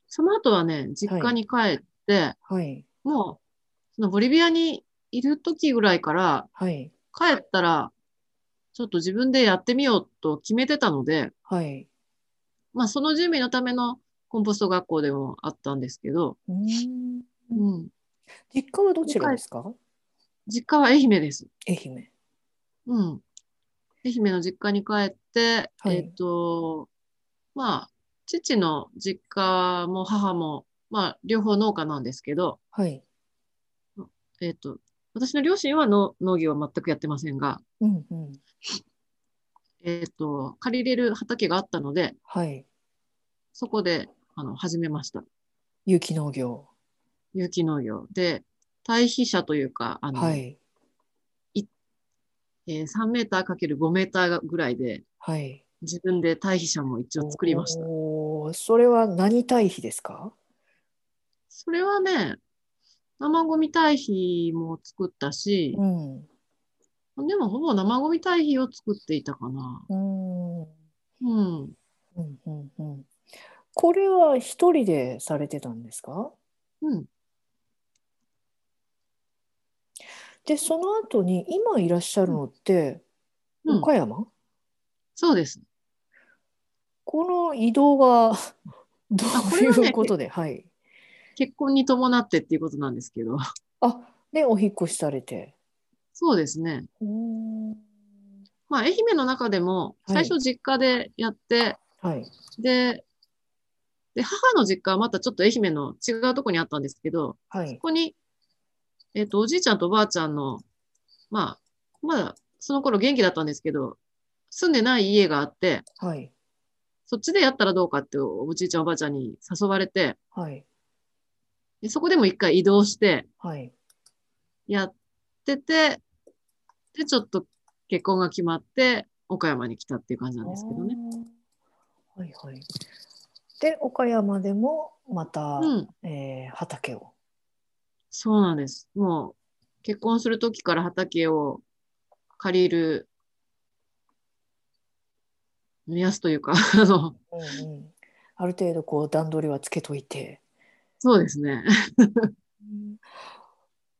Speaker 3: その後はね、実家に帰って、
Speaker 1: はい
Speaker 3: もう、そのボリビアにいる時ぐらいから、
Speaker 1: はい
Speaker 3: 帰ったら、ちょっと自分でやってみようと決めてたので、
Speaker 1: はい
Speaker 3: まあ、その準備のためのコンポスト学校でもあったんですけど、
Speaker 1: うーん
Speaker 3: うん。
Speaker 1: 実家はどちらですか
Speaker 3: 実家は愛媛です。
Speaker 1: 愛媛
Speaker 3: うん。愛媛の実家に帰って、
Speaker 1: はい
Speaker 3: えっと、まあ、父の実家も母も、まあ、両方農家なんですけど、
Speaker 1: はい
Speaker 3: えっと、私の両親はの農業は全くやってませんが、
Speaker 1: うんうん
Speaker 3: えっと、借りれる畑があったので、
Speaker 1: はい
Speaker 3: そこで、あの、始めました。
Speaker 1: 有機農業
Speaker 3: 有機農業。で、堆肥車というか、あの、
Speaker 1: はい
Speaker 3: えー3メーターかける5メーターぐらいで、
Speaker 1: はい
Speaker 3: 自分で堆肥車も一応作りました。
Speaker 1: おーそれは何対比ですか
Speaker 3: それはね、生ゴミ堆肥も作ったし、
Speaker 1: うん。う
Speaker 3: でもほぼ生ゴミ堆肥を作っていたかな。
Speaker 1: ーん。うん
Speaker 3: うん。
Speaker 1: うんうん。これは一人でされてたんですか
Speaker 3: うん。
Speaker 1: で、その後に今いらっしゃるのって、
Speaker 3: うん、
Speaker 1: 岡山、
Speaker 3: そうです。
Speaker 1: この移動が ど
Speaker 3: あこ
Speaker 1: う
Speaker 3: れ
Speaker 1: い
Speaker 3: はね
Speaker 1: うことで、はい。
Speaker 3: 結婚に伴ってっていうことなんですけど。
Speaker 1: あ、で、お引っ越しされて。
Speaker 3: そうですね。
Speaker 1: うーん。
Speaker 3: まあ、愛媛の中でも、
Speaker 1: はい
Speaker 3: 最初実家でやって、
Speaker 1: はい。
Speaker 3: で、で、母の実家はまたちょっと愛媛の違うとこにあったんですけど、
Speaker 1: は
Speaker 3: こ
Speaker 1: い。
Speaker 3: こに、えっ、と、おじいちゃんとおばあちゃんの、まあ、まだその頃元気だったんですけど、住んでない家があって、
Speaker 1: はい。
Speaker 3: そっちでやったらどうかっておじいちゃんおばあちゃんに誘われて、
Speaker 1: はい。
Speaker 3: でそこでも一回移動して
Speaker 1: はい。
Speaker 3: やってて、で、ちょっと結婚が決まって、岡山に来たっていう感じなんですけどね。
Speaker 1: あー。はいはい。で、岡山でもまた、
Speaker 3: うん、
Speaker 1: えー畑を。
Speaker 3: そうなんです。もう、結婚するときから畑を借りる目安というか、 あの、
Speaker 1: うんうん、ある程度こう段取りはつけといて。
Speaker 3: そうですね。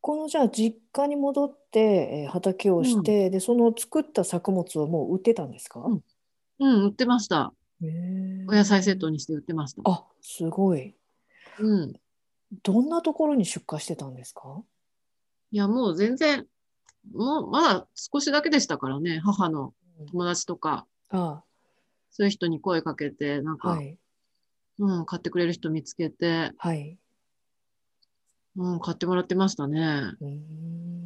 Speaker 1: このじゃあ実家に戻って、えー畑をして、でその作った作物をもう売ってたんですか、
Speaker 3: ううん、売ってました。
Speaker 1: へー
Speaker 3: お野菜セットにして売ってました。
Speaker 1: あすごい。
Speaker 3: うん。
Speaker 1: どんなところに出荷してたんですか
Speaker 3: いや、もう全然、もうまだ少しだけでしたからね、母の友達とか、
Speaker 1: あ
Speaker 3: そういう人に声かけて、なんか、
Speaker 1: はい
Speaker 3: うん、買ってくれる人見つけて、
Speaker 1: はい。
Speaker 3: うん、買ってもらってましたね。
Speaker 1: うーん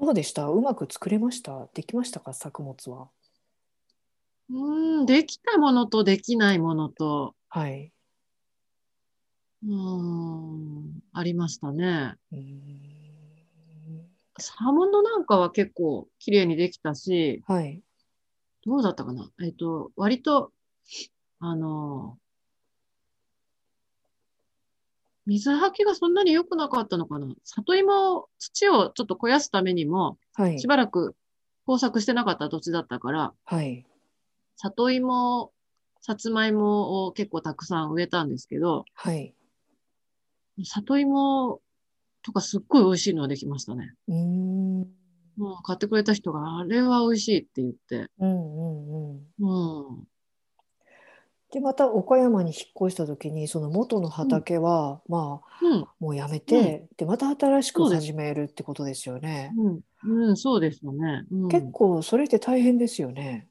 Speaker 1: どうでしたうまく作れましたできましたか作物は。
Speaker 3: うん、できたものとできないものと、
Speaker 1: はい。
Speaker 3: うーん、ありましたね。
Speaker 1: うーん
Speaker 3: 葉物なんかは結構綺麗にできたし、
Speaker 1: はい。
Speaker 3: どうだったかなえっと、割と、あの、水はけがそんなに良くなかったのかな里芋を、土をちょっと肥やすためにも、
Speaker 1: はい
Speaker 3: し。ばらく耕作してなかった土地だったから、
Speaker 1: はい。
Speaker 3: 里芋、さつまいもを結構たくさん植えたんですけど、
Speaker 1: はい。
Speaker 3: 里芋とかすっごい美味しいのができましたね。
Speaker 1: うーん。うん
Speaker 3: もう買ってくれた人が、あれは美味しいって言って。
Speaker 1: うんうん。
Speaker 3: うん。
Speaker 1: で、また岡山に引っ越した時に、その元の畑は、まあ、
Speaker 3: うん。
Speaker 1: もうやめて、で、また新しく
Speaker 3: そうです
Speaker 1: 始めるってことですよね。
Speaker 3: うん。うん、そうですよね。うん。
Speaker 1: 結構、それって大変ですよね。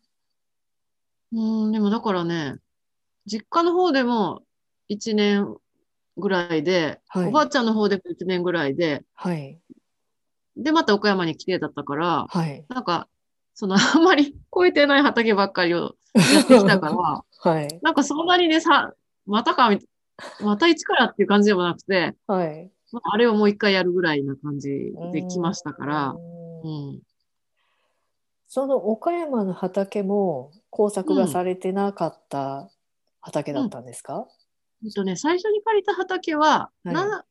Speaker 3: うん、でもだからね、実家の方でも1年ぐらいで、
Speaker 1: はい
Speaker 3: おばあちゃんの方でも1年ぐらいで、
Speaker 1: はい。
Speaker 3: で、また岡山に来てだったから、
Speaker 1: はい。
Speaker 3: なんか、その、あんまり超えてない畑ばっかりをやってきたから、
Speaker 1: はい。
Speaker 3: なんかそんなにね、さ、またか、みまた一からっていう感じでもなくて、
Speaker 1: はい。
Speaker 3: まああれをもう一回やるぐらいな感じで来ましたから
Speaker 1: う、ーん
Speaker 3: うん。
Speaker 1: その岡山の畑も耕作がされてなかった畑だったんですか、
Speaker 3: えっとね、最初に借りた畑は、
Speaker 1: はい
Speaker 3: な、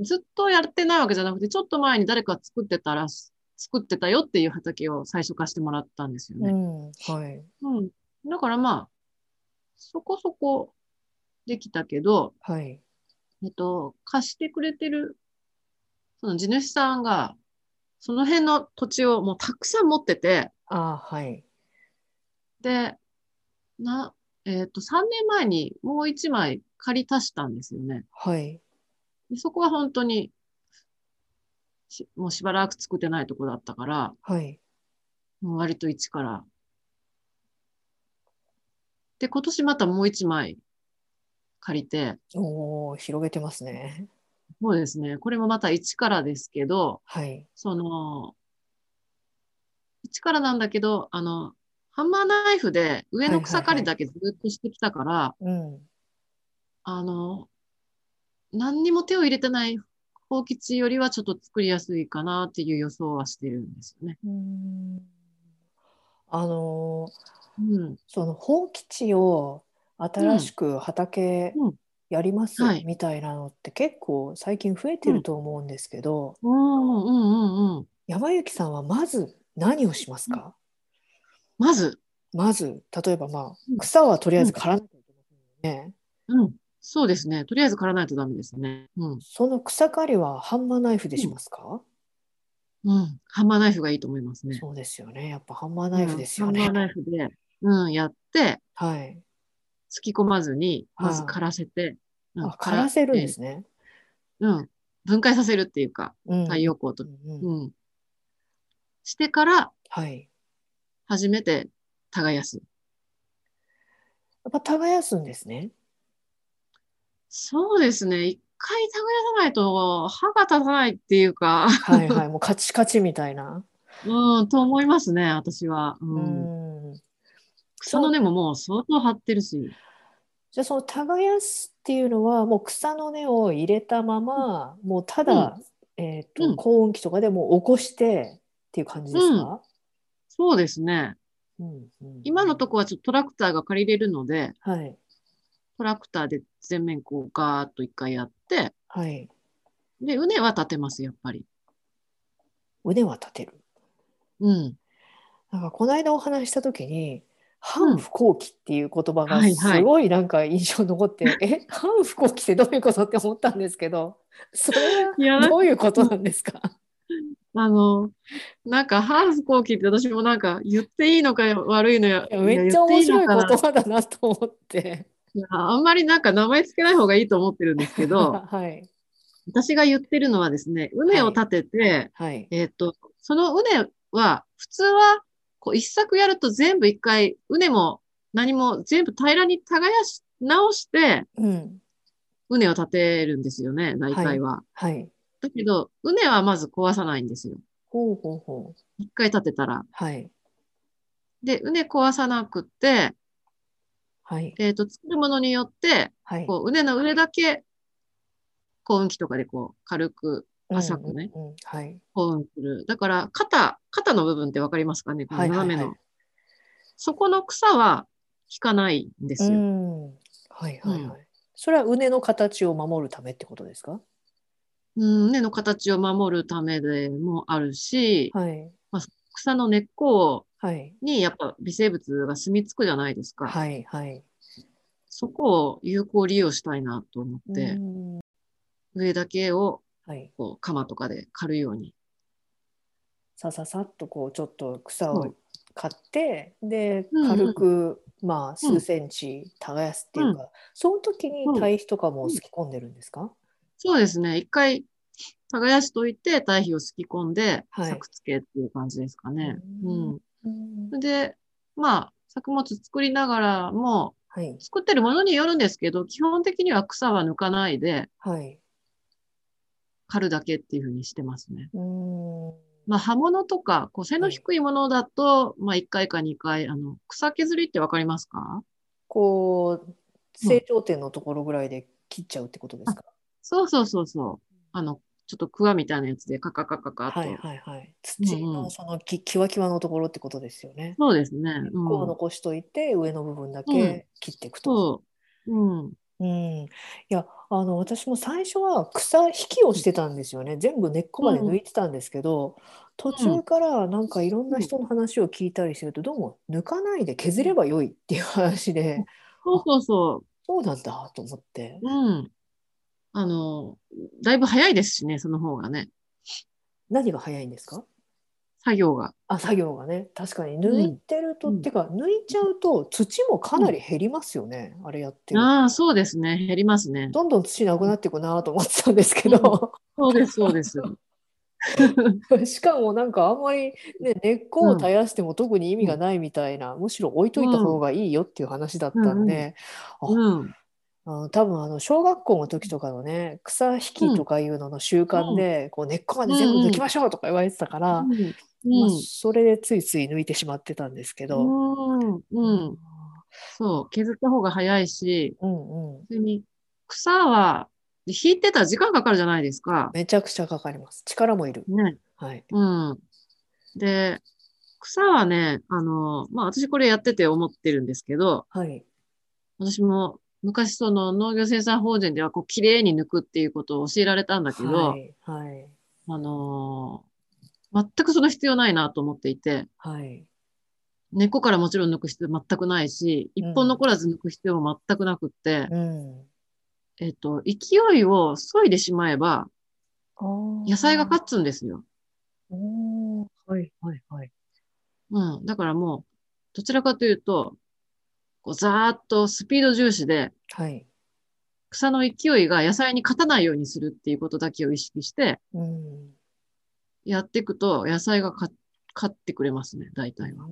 Speaker 3: ずっとやってないわけじゃなくて、ちょっと前に誰か作ってたらし、作ってたよっていう畑を最初貸してもらったんですよ
Speaker 1: う
Speaker 3: ね。
Speaker 1: ん、はい、
Speaker 3: うん。だからまあ、そこそこできたけど、
Speaker 1: はい、
Speaker 3: えっと、貸してくれてる、その地主さんが、その辺の土地をもうたくさん持ってて、
Speaker 1: あーはい、
Speaker 3: で、な、えっと、3年前にもう1枚借り足したんですよね。
Speaker 1: はい、
Speaker 3: でそこは本当にし、もうしばらく作ってないとこだったから、
Speaker 1: はい、
Speaker 3: もう割と一から。で、今年またもう一枚借りて、
Speaker 1: おお、広げてますね。
Speaker 3: そうですね、これもまた一からですけど、
Speaker 1: はい、
Speaker 3: その、一からなんだけど、あの、ハンマーナイフで上の草刈りだけずっとしてきたから、
Speaker 1: うん、
Speaker 3: あの、何にも手を入れてない放棄地よりはちょっと作りやすいかなっていう予想はしてるんですよね。
Speaker 1: うんあのー
Speaker 3: うん。
Speaker 1: その放棄地を新しく畑
Speaker 3: うん
Speaker 1: やります
Speaker 3: はい
Speaker 1: みたいなのって結構最近増えてると思うんですけど、
Speaker 3: うんうんうん。
Speaker 1: 山雪さんはまず何をしますか、
Speaker 3: まず、
Speaker 1: まず例えばまあ
Speaker 3: うん
Speaker 1: 草はとりあえず刈らなきゃいけませんよね、
Speaker 3: うん。そうですね。とりあえず刈らないとダメですね。うん。
Speaker 1: その草刈りはハンマーナイフでしますか、
Speaker 3: うん。ハンマーナイフがいいと思いますね。
Speaker 1: そうですよねやっぱハンマーナイフですよ
Speaker 3: うん
Speaker 1: ね、
Speaker 3: ハンマーナイフで、うん、やって、
Speaker 1: はい
Speaker 3: 突き込まずに、
Speaker 1: はい
Speaker 3: まず刈らせて、うん
Speaker 1: あ刈らせるんで。すね、
Speaker 3: 刈らうん。分解させるっていうか、
Speaker 1: うん
Speaker 3: 太陽光と。
Speaker 1: うんうん
Speaker 3: うん。してから、
Speaker 1: はい
Speaker 3: 初めて耕す。
Speaker 1: やっぱ耕すんですね
Speaker 3: そうですね。一回耕さないと、歯が立たないっていうか、
Speaker 1: はいはいもうカチカチみたいな
Speaker 3: うん、と思いますね、私は。
Speaker 1: う
Speaker 3: うん。
Speaker 1: ん
Speaker 3: 草の根ももう相当張ってるし。
Speaker 1: じゃあその耕すっていうのはもう草の根を入れたまま、もうただ、えーと
Speaker 3: うん
Speaker 1: 耕運機とかでもう起こしてっていう感じですか、
Speaker 3: そうですね。
Speaker 1: うんうん
Speaker 3: 今のとこはちょっとトラクターが借りれるので、
Speaker 1: はい
Speaker 3: トラクターで全面こうガーッと一回やって、
Speaker 1: はい
Speaker 3: で、畝は立てます、やっぱり。
Speaker 1: 腕は立てる
Speaker 3: うん。
Speaker 1: なんかこの間お話しした時に半不幸期っていう言葉が
Speaker 3: はいはい
Speaker 1: すごいなんか印象に残 って、え半不幸期ってどういうことって思ったんですけどそれ
Speaker 3: いや
Speaker 1: はどういうことなんですか
Speaker 3: あの、なんか、ハーフコーキって私もなんか、言っていいのか悪いのや、
Speaker 1: めっちゃ面白い言
Speaker 3: や言ってのかな
Speaker 1: 葉だなと思って。
Speaker 3: いやあんまりなんか名前つけない方がいいと思ってるんですけど、
Speaker 1: はい
Speaker 3: 私が言ってるのはですね、畝を立てて、
Speaker 1: はい
Speaker 3: えっ、と、その畝は、普通は、こう、一作やると全部一回、畝も何も全部平らに耕し直して、
Speaker 1: うん
Speaker 3: 畝を立てるんですよね、大体は。
Speaker 1: はい
Speaker 3: だけど、畝はまず壊さないんですよ。
Speaker 1: ほうほうほう。
Speaker 3: 一回立てたら。
Speaker 1: はい。
Speaker 3: で、畝壊さなくて、
Speaker 1: はい。
Speaker 3: えっ、と、作るものによって、
Speaker 1: はい。
Speaker 3: こう、畝の上だけ、幸運機とかでこう、軽く
Speaker 1: うん
Speaker 3: 浅くね。
Speaker 1: うんうんはい。
Speaker 3: 幸運する。だから、肩、肩の部分ってわかりますかねこの
Speaker 1: はい。
Speaker 3: 斜めの。
Speaker 1: はいはい
Speaker 3: そこの草は引かないんです
Speaker 1: う
Speaker 3: よ。
Speaker 1: ん。はい。はい。
Speaker 3: うん
Speaker 1: はい。それは畝の形を守るためってことですか。
Speaker 3: うん、根の形を守るためでもあるし、
Speaker 1: はい。
Speaker 3: 草の根っこ
Speaker 1: はい。
Speaker 3: にやっぱ微生物が住み着くじゃないですか。
Speaker 1: はい。はい。
Speaker 3: そこを有効利用したいなと思って、
Speaker 1: うん
Speaker 3: 上だけを
Speaker 1: はい。
Speaker 3: こう鎌とかで刈るように。
Speaker 1: さささっとこうちょっと草
Speaker 3: そ
Speaker 1: を買って、で
Speaker 3: うんうん
Speaker 1: 軽くまあ数センチ耕すっていうか、その時に
Speaker 3: うん
Speaker 1: 堆肥とかもすき込んでるんですか。
Speaker 3: そうですね。一回耕しといて、堆肥をすき込んで、
Speaker 1: はい
Speaker 3: 作付けっていう感じですかね。
Speaker 1: う
Speaker 3: うんん。
Speaker 1: うん
Speaker 3: それで、まあ、作物作りながらも、
Speaker 1: はい。
Speaker 3: 作ってるものによるんですけど、基本的には草は抜かないで、
Speaker 1: はい。
Speaker 3: 刈るだけっていうふうにしてますね。
Speaker 1: うん。
Speaker 3: まあ、刃物とか、こう、背の低いものだと、まあ、1回か2回、あの、草削りってわかりますか
Speaker 1: こう成長点のところぐらいで切っちゃうってことですか。
Speaker 3: そうそうそうそう。あの、ちょっとクワみたいなやつで、カカカカカと。
Speaker 1: はいはいはい。土のそのき、キワキワのところってことですよね。
Speaker 3: そうですね。う。
Speaker 1: こうん残しといて上の部分だ
Speaker 3: うん
Speaker 1: け切っていくと。
Speaker 3: そう。うん。
Speaker 1: うん。いやあの私も最初は草引きをしてたんですよね。全部根っこまで抜いてたんですけど、途中からなんかいろんな人の話を聞いたりするとどうも抜かないで削ればよいっていう話で、
Speaker 3: そうそうそ
Speaker 1: そうなんだと思って。
Speaker 3: う。うん。あの、だいぶ早いですしね、その方がね、
Speaker 1: 何が早いんですか？
Speaker 3: 作業が。
Speaker 1: あ作業がね確かに抜いてると、
Speaker 3: うん
Speaker 1: てか抜いちゃうと土もかなり減りますよね、あれやってると
Speaker 3: ああ、そうですね。減りますね。
Speaker 1: どんどん土なくなっていくなと思ってたんですけど、
Speaker 3: そうです、そうです。
Speaker 1: しかもなんかあんまり、ね、根っこを絶やしても特に意味がないみたいな、むしろ置いといた方がいいよっていう話だったんで、
Speaker 3: うん。
Speaker 1: あの多分あの小学校の時とかのね草引きとかいうのの習慣で、こう根っこまで全部抜きましょうとか言われてたから、
Speaker 3: うん。
Speaker 1: まあ、それでついつい抜いてしまってたんですけど。
Speaker 3: うん。うん。そう。削った方が早いし、
Speaker 1: うんうん
Speaker 3: 普通に草は、引いてたら時間かかるじゃないですか。
Speaker 1: めちゃくちゃかかります。力もいる。
Speaker 3: ね。
Speaker 1: はい。
Speaker 3: うん。で、草はね、あの、まあ、私これやってて思ってるんですけど、
Speaker 1: はい。
Speaker 3: 私も昔その農業生産法人ではこう綺麗に抜くっていうことを教えられたんだけど、
Speaker 1: はい、はい、
Speaker 3: あのー全くその必要ないなと思っていて、
Speaker 1: はい。
Speaker 3: 根っこからもちろん抜く必要全くないし、
Speaker 1: うん
Speaker 3: 一本残らず抜く必要も全くなくって、
Speaker 1: うん。
Speaker 3: えっと、勢いを削いでしまえば、野
Speaker 1: 野
Speaker 3: 菜が勝つんですよ。
Speaker 1: おーはい、はい、はい。
Speaker 3: うん。だからもう、どちらかというと、こうざーっとスピード重視で、
Speaker 1: はい。
Speaker 3: 草の勢いが野菜に勝たないようにするっていうことだけを意識して、
Speaker 1: うん。
Speaker 3: やっていくと野菜がか勝ってくれますね、大体は。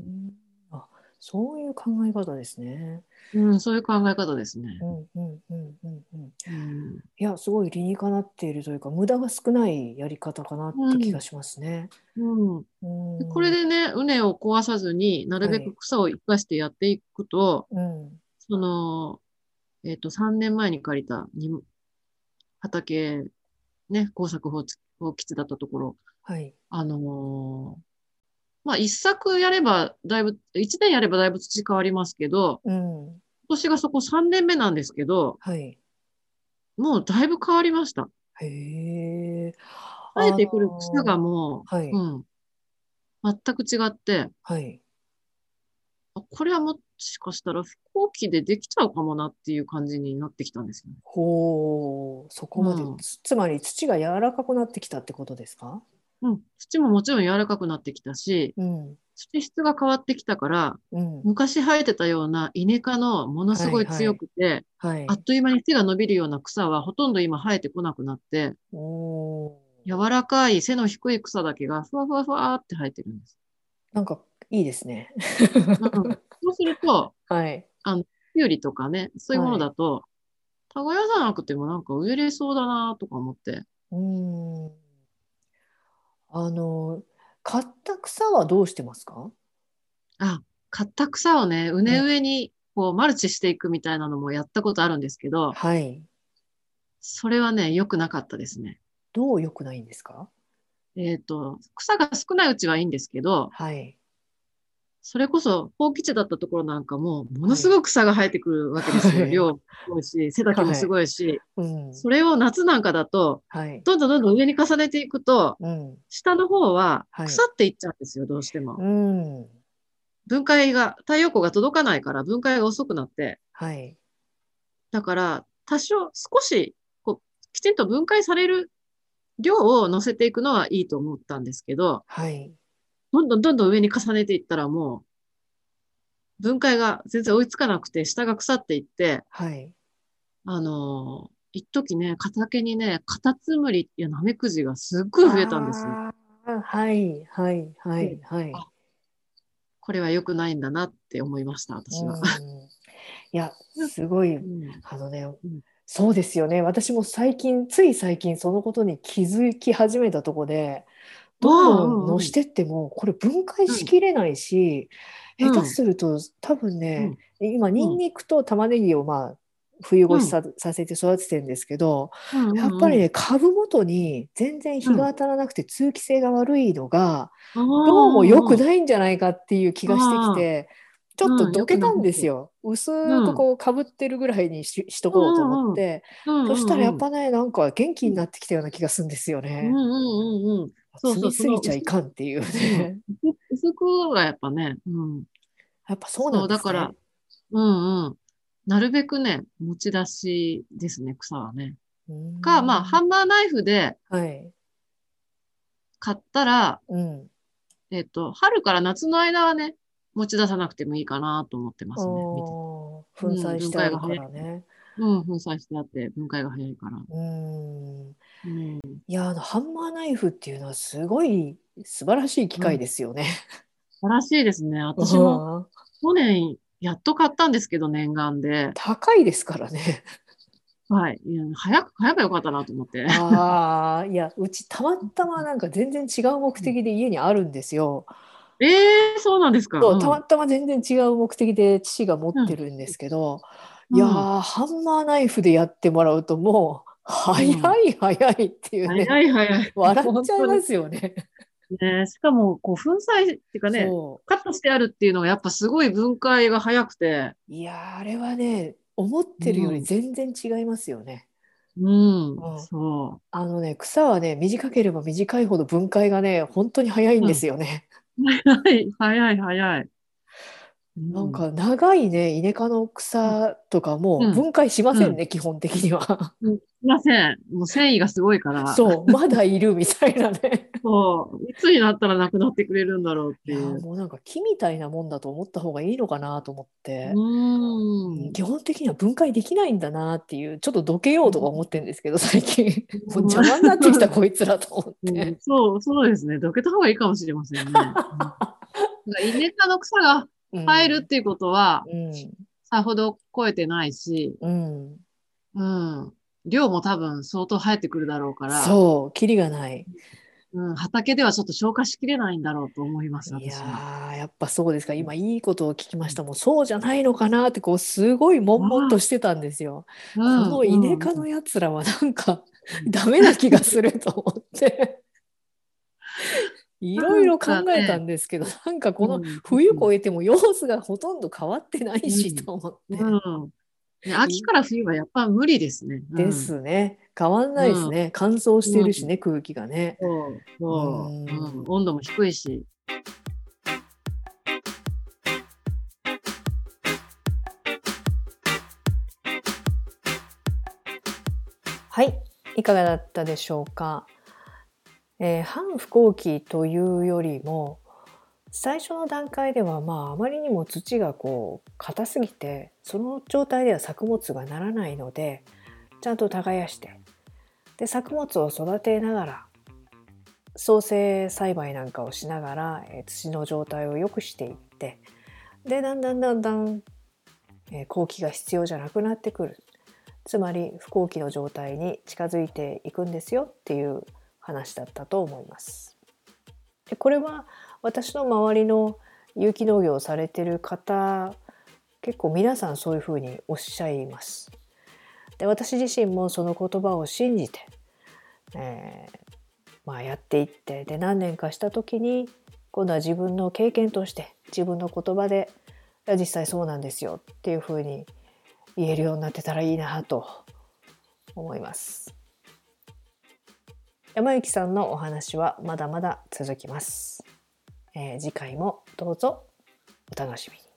Speaker 1: あ、そういう考え方ですね。
Speaker 3: うん、そういう考え方ですね
Speaker 1: う。ん、うん、うん、うん、うん。
Speaker 3: うん
Speaker 1: いや、すごい理にかなっているというか、無駄が少ないやり方かなって気がしますね。
Speaker 3: うん、
Speaker 1: うん。
Speaker 3: これ、でね、畝を壊さずになるべ
Speaker 1: は
Speaker 3: く
Speaker 1: い
Speaker 3: 草を生かしてやっていくと、
Speaker 1: うん。
Speaker 3: その、えっ、と、3年前に借りたに畑、ね、工作放置放棄地だったところ、
Speaker 1: はい。
Speaker 3: あのーまあ、一作やればだいぶ、一年やればだいぶ土変わりますけど、
Speaker 1: うん。
Speaker 3: 今年がそこ3年目なんですけど、
Speaker 1: はい。
Speaker 3: もうだいぶ変わりました。
Speaker 1: へえ。
Speaker 3: 生えてくる草がも、
Speaker 1: あのーはいう
Speaker 3: うん、全く違って、
Speaker 1: はい。
Speaker 3: あこれはもしかしたら不幸期でできちゃうかもなっていう感じになってきたんですよね。
Speaker 1: ほう、そこまで、
Speaker 3: うん
Speaker 1: つつまり土が柔らかくなってきたってことですか
Speaker 3: うん、土ももちろん柔らかくなってきたし、
Speaker 1: うん、
Speaker 3: 土質が変わってきたから、
Speaker 1: うん、
Speaker 3: 昔生えてたようなイネ科のものすごい強くて、
Speaker 1: はい
Speaker 3: あ。っという間に手が伸びるような草はほとんど今生えてこなくなって、
Speaker 1: おー
Speaker 3: 柔らかい背の低い草だけがふわふわふわって生えてるんです。
Speaker 1: なんかいいですね。
Speaker 3: うんそうすると、
Speaker 1: はい。
Speaker 3: きゅうりとかね、そういうものだと、耕さなくてもなんか植えれそうだなとか思って。
Speaker 1: うーん。あの、買った草はどうしてますか
Speaker 3: あ、買った草をね、うねうえにこうマルチしていくみたいなのもやったことあるんですけど、
Speaker 1: はい。
Speaker 3: それはね、良くなかったですね。
Speaker 1: どう良くないんですか
Speaker 3: えっ、と、草が少ないうちはいいんですけど、
Speaker 1: はい。
Speaker 3: それこそ、放棄地だったところなんかも、ものすごく草が生えてくるわけですよ。
Speaker 1: はい
Speaker 3: 量もすごいし、背丈もすごいし、
Speaker 1: うん。
Speaker 3: それを夏なんかだと、
Speaker 1: はい。
Speaker 3: どんどんどんどん上に重ねていくと、
Speaker 1: うん。
Speaker 3: 下の方は
Speaker 1: はい
Speaker 3: 腐っていっちゃうんですよ、どうしても。
Speaker 1: うん。
Speaker 3: 分解が、太陽光が届かないから分解が遅くなって、
Speaker 1: はい。
Speaker 3: だから、多少、少し、こう、きちんと分解される量を乗せていくのはいいと思ったんですけど、
Speaker 1: はい。
Speaker 3: どんどんどんどん上に重ねていったらもう、分解が全然追いつかなくて、下が腐っていって、
Speaker 1: はい。
Speaker 3: あのー一時ね、畑にね、カタツムリやナメクジがすっごい増えたんですよ。
Speaker 1: あーはい。はい。はい。はい。
Speaker 3: これは良くないんだなって思いました、私は。
Speaker 1: うんいや、すごい。
Speaker 3: うん
Speaker 1: あのね、
Speaker 3: ん
Speaker 1: そうですよね。私も最近、つい最近、そのことに気づき始めたとこで、どんどんのしてっても、これ分解しきれないし、
Speaker 3: うん
Speaker 1: 下手すると、多分ね、今、ニンニクと玉ねぎを、まあ、冬越しさ,、させて育ててるんですけど、やっぱり、ね、株元に全然日が当たらなくて通気性が悪いのが、ど
Speaker 3: ど
Speaker 1: うも良く
Speaker 3: い
Speaker 1: ないんじゃないかっていう気がしてきて、ちょっとどけたんですよ。薄くこうかぶってるぐらいにししとこうと思って、そしたらやっ、ぱね、なんか元気になってきたような気がするんですよ
Speaker 3: うん
Speaker 1: ね
Speaker 3: う。んうん うん、そう
Speaker 1: 積
Speaker 3: そう
Speaker 1: みすぎちゃいかんっていうね。
Speaker 3: 薄くがやっぱね、うん。
Speaker 1: やっぱそうなんですね。
Speaker 3: そうだからうんうん。なるべくね、持ち出しですね、草はね。
Speaker 1: うん
Speaker 3: か、まあ、ハンマーナイフで
Speaker 1: はい。
Speaker 3: 買ったら、
Speaker 1: うん。
Speaker 3: えっ、と、春から夏の間はね、持ち出さなくてもいいかなと思ってますね。見て
Speaker 1: おー粉砕してあるからね。
Speaker 3: うん、粉砕してあって、分解が早いから。
Speaker 1: うん。
Speaker 3: うん、
Speaker 1: いや、あのハンマーナイフっていうのはすごい素晴らしい機械ですよね。
Speaker 3: 素晴らしいですね。私も去年、やっと買ったんですけど、念願で。
Speaker 1: 高いですからね。
Speaker 3: はい。いや早く、早くよかったなと思って。
Speaker 1: ああ、いや、うちたまたまなんか全然違う目的で家にあるんですよ。
Speaker 3: ええー、そうなんですか。
Speaker 1: そうう、
Speaker 3: ん
Speaker 1: たまたま全然違う目的で父が持ってるんですけど、
Speaker 3: うん
Speaker 1: いやー、ハンマーナイフでやってもらうともう、早い早いっていうね、
Speaker 3: 早い早い。
Speaker 1: 笑っちゃいますすよね。
Speaker 3: ね。しかも、こう、粉砕っていうかね、
Speaker 1: そ
Speaker 3: カットしてあるっていうのがやっぱすごい分解が早くて、
Speaker 1: う。いやー、あれはね、思ってるより全然違いますよね。
Speaker 3: うん
Speaker 1: うん、
Speaker 3: そ
Speaker 1: あのね草はね短ければ短いほど分解がね本当に早いんですよね。
Speaker 3: う。早い、早い、早い。
Speaker 1: なんか長いねイネ科の草とかも
Speaker 3: うん
Speaker 1: 分解しませんね、基本的には。
Speaker 3: うん、いません。もう繊維がすごいから。
Speaker 1: そうまだいるみたいなね。
Speaker 3: そう。いつになったらなくなってくれるんだろうっ
Speaker 1: い
Speaker 3: てい
Speaker 1: や
Speaker 3: う。
Speaker 1: もうなんか木みたいなもんだと思った方がいいのかなと思って、
Speaker 3: うん。
Speaker 1: 基本的には分解できないんだなっていうちょっとどけようとか思ってるんですけど最近もう邪魔になってきたこいつらと思っ
Speaker 3: う
Speaker 1: て
Speaker 3: ん、そう、そうですね。どけた方がいいかもしれませ んね。うんなんかイネ科の草が生える っていうことは、
Speaker 1: うん
Speaker 3: さほど超えてないし、
Speaker 1: うん、
Speaker 3: うん。量も多分相当生えてくるだろうから、
Speaker 1: そうキリがない
Speaker 3: うん、畑ではちょっと消化しきれないんだろうと思います、
Speaker 1: いや
Speaker 3: 私は。
Speaker 1: ーやっぱそうですか今いいことを聞きましたもうそうじゃないのかなってこうすごい悶々としてたんですよ。こ
Speaker 3: こ
Speaker 1: のイネ科のやつらはなんかダメな気がすると思 って。いろいろ考えたんですけど、なんかこの冬越えても様子がほとんど変わってないし
Speaker 3: うん
Speaker 1: と思って、
Speaker 3: うん。ね秋から冬はやっぱ無理ですね。うん
Speaker 1: ですね変わんないですね、乾燥してるしね、空気がね
Speaker 3: そう、そ
Speaker 1: う
Speaker 3: う、
Speaker 1: ん
Speaker 3: うん温度も低いし。
Speaker 1: はいいかがだったでしょうか、えー反不耕期というよりも最初の段階ではまああまりにも土がこう硬すぎてその状態では作物がならないのでちゃんと耕してで作物を育てながら創生栽培なんかをしながら、えー土の状態を良くしていってでだんだんだんだん、えー後期が必要じゃなくなってくるつまり不幸期の状態に近づいていくんですよっていう話だったと思います。でこれは私の周りの有機農業をされてる方結構皆さんそういうふうにおっしゃいます。で私自身もその言葉を信じて、えーまあ、やっていってで何年かした時に今度は自分の経験として自分の言葉でいや実際そうなんですよっていうふうに言えるようになってたらいいなと思います山幸さんのお話はまだまだ続きます、えー次回もどうぞお楽しみに